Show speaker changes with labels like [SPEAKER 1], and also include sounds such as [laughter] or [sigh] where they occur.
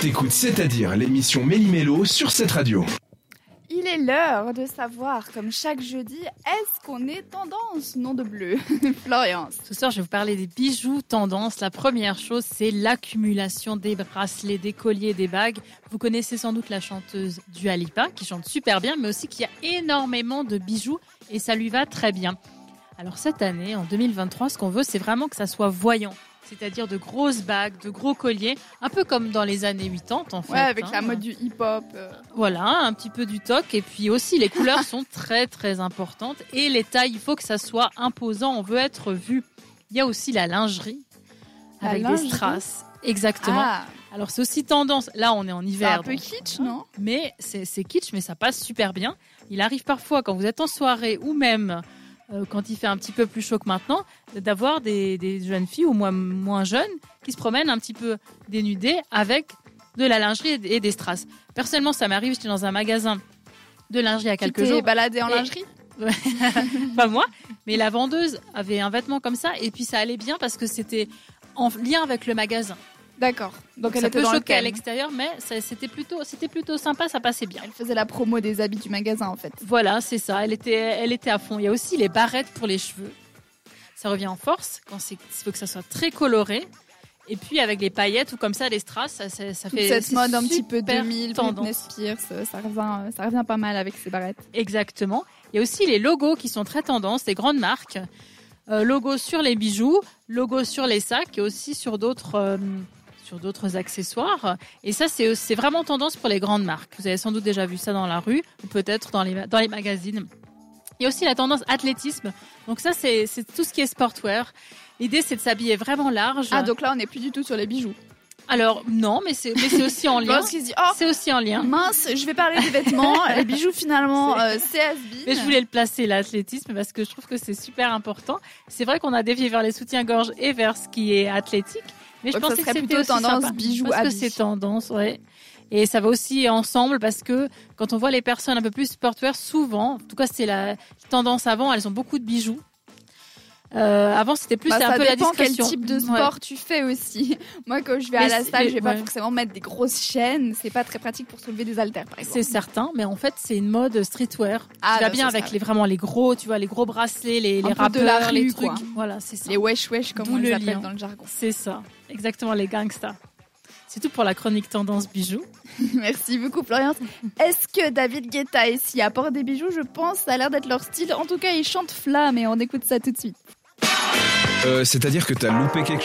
[SPEAKER 1] T'écoutes C'est-à-dire l'émission Méli-Mélo sur cette radio.
[SPEAKER 2] Il est l'heure de savoir, comme chaque jeudi, est-ce qu'on est tendance Non de bleu. [laughs] Florian.
[SPEAKER 3] Ce soir, je vais vous parler des bijoux tendance. La première chose, c'est l'accumulation des bracelets, des colliers, des bagues. Vous connaissez sans doute la chanteuse Dua Lipa, qui chante super bien, mais aussi qui a énormément de bijoux et ça lui va très bien. Alors cette année, en 2023, ce qu'on veut, c'est vraiment que ça soit voyant. C'est-à-dire de grosses bagues, de gros colliers, un peu comme dans les années 80 en fait.
[SPEAKER 2] Ouais, avec
[SPEAKER 3] hein.
[SPEAKER 2] la mode du hip-hop. euh,
[SPEAKER 3] Voilà, un petit peu du toc. Et puis aussi,
[SPEAKER 2] [laughs]
[SPEAKER 3] les couleurs sont très très importantes. Et les tailles, il faut que ça soit imposant. On veut être vu. Il y a aussi la lingerie
[SPEAKER 2] La
[SPEAKER 3] avec
[SPEAKER 2] lingerie
[SPEAKER 3] des strass. Exactement.
[SPEAKER 2] Ah,
[SPEAKER 3] Alors c'est aussi tendance. Là, on est en
[SPEAKER 2] c'est
[SPEAKER 3] hiver.
[SPEAKER 2] un peu
[SPEAKER 3] donc.
[SPEAKER 2] kitsch, non
[SPEAKER 3] Mais c'est c'est kitsch, mais ça passe super bien. Il arrive parfois, quand vous êtes en soirée ou même euh, quand il fait un petit peu plus chaud que maintenant, d'avoir des, des jeunes filles ou moins, moins jeunes qui se promènent un petit peu dénudées avec de la lingerie et des- et des strass. Personnellement, ça m'arrive, j'étais dans un magasin de lingerie il y a quelques
[SPEAKER 2] Tu t'es
[SPEAKER 3] jours,
[SPEAKER 2] baladé en
[SPEAKER 3] Et-
[SPEAKER 2] lingerie
[SPEAKER 3] [laughs] pas moi, mais la vendeuse avait un vêtement comme ça et puis ça allait bien parce que c'était en lien avec le magasin.
[SPEAKER 2] D'accord. Donc, elle
[SPEAKER 3] ça
[SPEAKER 2] était
[SPEAKER 3] peut
[SPEAKER 2] dans le
[SPEAKER 3] choquer à
[SPEAKER 2] thème.
[SPEAKER 3] l'extérieur, mais ça- c'était plutôt, c'était plutôt sympa, ça passait bien.
[SPEAKER 2] Elle faisait la promo des habits du magasin, en fait.
[SPEAKER 3] Voilà, c'est ça. Elle était, elle était à fond. Il y a aussi les barrettes pour les cheveux. Ça revient en force quand c'est, il faut que ça soit très coloré. Et puis avec les paillettes ou comme ça, les strass, ça, ça, ça
[SPEAKER 2] Toute
[SPEAKER 3] fait
[SPEAKER 2] cette
[SPEAKER 3] c'est
[SPEAKER 2] mode un petit peu
[SPEAKER 3] super
[SPEAKER 2] 2000, Britney
[SPEAKER 3] tendance.
[SPEAKER 2] Spears, euh, ça revient, euh, ça revient pas mal avec ses barrettes.
[SPEAKER 3] Exactement. Il y a aussi les logos qui sont très tendance, les grandes marques. Euh, logo sur les bijoux, logo sur les sacs et aussi sur d'autres, euh, sur d'autres accessoires. Et ça, c'est, c'est vraiment tendance pour les grandes marques. Vous avez sans doute déjà vu ça dans la rue ou peut-être dans les, ma- dans les magazines. Il y a aussi la tendance athlétisme. Donc ça, c'est, c'est tout ce qui est sportwear. L'idée, c'est de s'habiller vraiment large.
[SPEAKER 2] Ah, donc là, on n'est plus du tout sur les bijoux.
[SPEAKER 3] Alors, non, mais c'est, mais c'est
[SPEAKER 2] [laughs]
[SPEAKER 3] aussi en lien.
[SPEAKER 2] Parce qu'il se dit, oh,
[SPEAKER 3] C'est aussi en lien.
[SPEAKER 2] Mince, je vais parler des vêtements.
[SPEAKER 3] [laughs]
[SPEAKER 2] les bijoux, finalement, euh, c'est has-been.
[SPEAKER 3] Mais je voulais le placer, l'athlétisme, parce que je trouve que c'est super important. C'est vrai qu'on a dévié vers les soutiens-gorge et vers ce qui est athlétique, mais je
[SPEAKER 2] Donc, ça
[SPEAKER 3] pensais que
[SPEAKER 2] serait
[SPEAKER 3] c'était
[SPEAKER 2] plutôt
[SPEAKER 3] aussi
[SPEAKER 2] tendance
[SPEAKER 3] sympa.
[SPEAKER 2] bijoux,
[SPEAKER 3] Parce que
[SPEAKER 2] habits.
[SPEAKER 3] c'est tendance, ouais. Et ça va aussi ensemble parce que quand on voit les personnes un peu plus sportwear, souvent, en tout cas c'est la tendance avant, elles ont beaucoup de bijoux. Euh, avant c'était plus
[SPEAKER 2] Bah,
[SPEAKER 3] un
[SPEAKER 2] ça
[SPEAKER 3] peu la
[SPEAKER 2] dépend quel
[SPEAKER 3] discrétion.
[SPEAKER 2] type de
[SPEAKER 3] Ouais.
[SPEAKER 2] sport tu fais aussi. [laughs] Moi, quand je vais à
[SPEAKER 3] Mais
[SPEAKER 2] la
[SPEAKER 3] c'est-
[SPEAKER 2] salle, je vais pas
[SPEAKER 3] ouais.
[SPEAKER 2] forcément mettre des grosses chaînes. C'est pas très pratique pour soulever des haltères, par exemple.
[SPEAKER 3] C'est certain, mais en fait c'est une mode streetwear.
[SPEAKER 2] Ah,
[SPEAKER 3] qui va
[SPEAKER 2] bah,
[SPEAKER 3] bien
[SPEAKER 2] ça,
[SPEAKER 3] avec
[SPEAKER 2] ça-
[SPEAKER 3] les vraiment les gros, tu vois, les gros bracelets, les, les
[SPEAKER 2] peu de la
[SPEAKER 3] rappeurs, les
[SPEAKER 2] rue,
[SPEAKER 3] trucs.
[SPEAKER 2] quoi.
[SPEAKER 3] Voilà, c'est
[SPEAKER 2] [laughs]
[SPEAKER 3] ça.
[SPEAKER 2] Les wesh wesh, comme
[SPEAKER 3] D'où
[SPEAKER 2] on les
[SPEAKER 3] le
[SPEAKER 2] appelle
[SPEAKER 3] lien.
[SPEAKER 2] dans le jargon. [laughs]
[SPEAKER 3] C'est ça, exactement les gangsters. C'est tout pour la chronique tendance bijoux.
[SPEAKER 2] Merci beaucoup, Florian. Est-ce que David Guetta et Sia apportent des bijoux Je pense, ça a l'air d'être leur style. En tout cas, ils chantent flamme et on écoute ça tout de suite.
[SPEAKER 1] Euh, C'est-à-dire que t'as loupé quelque chose.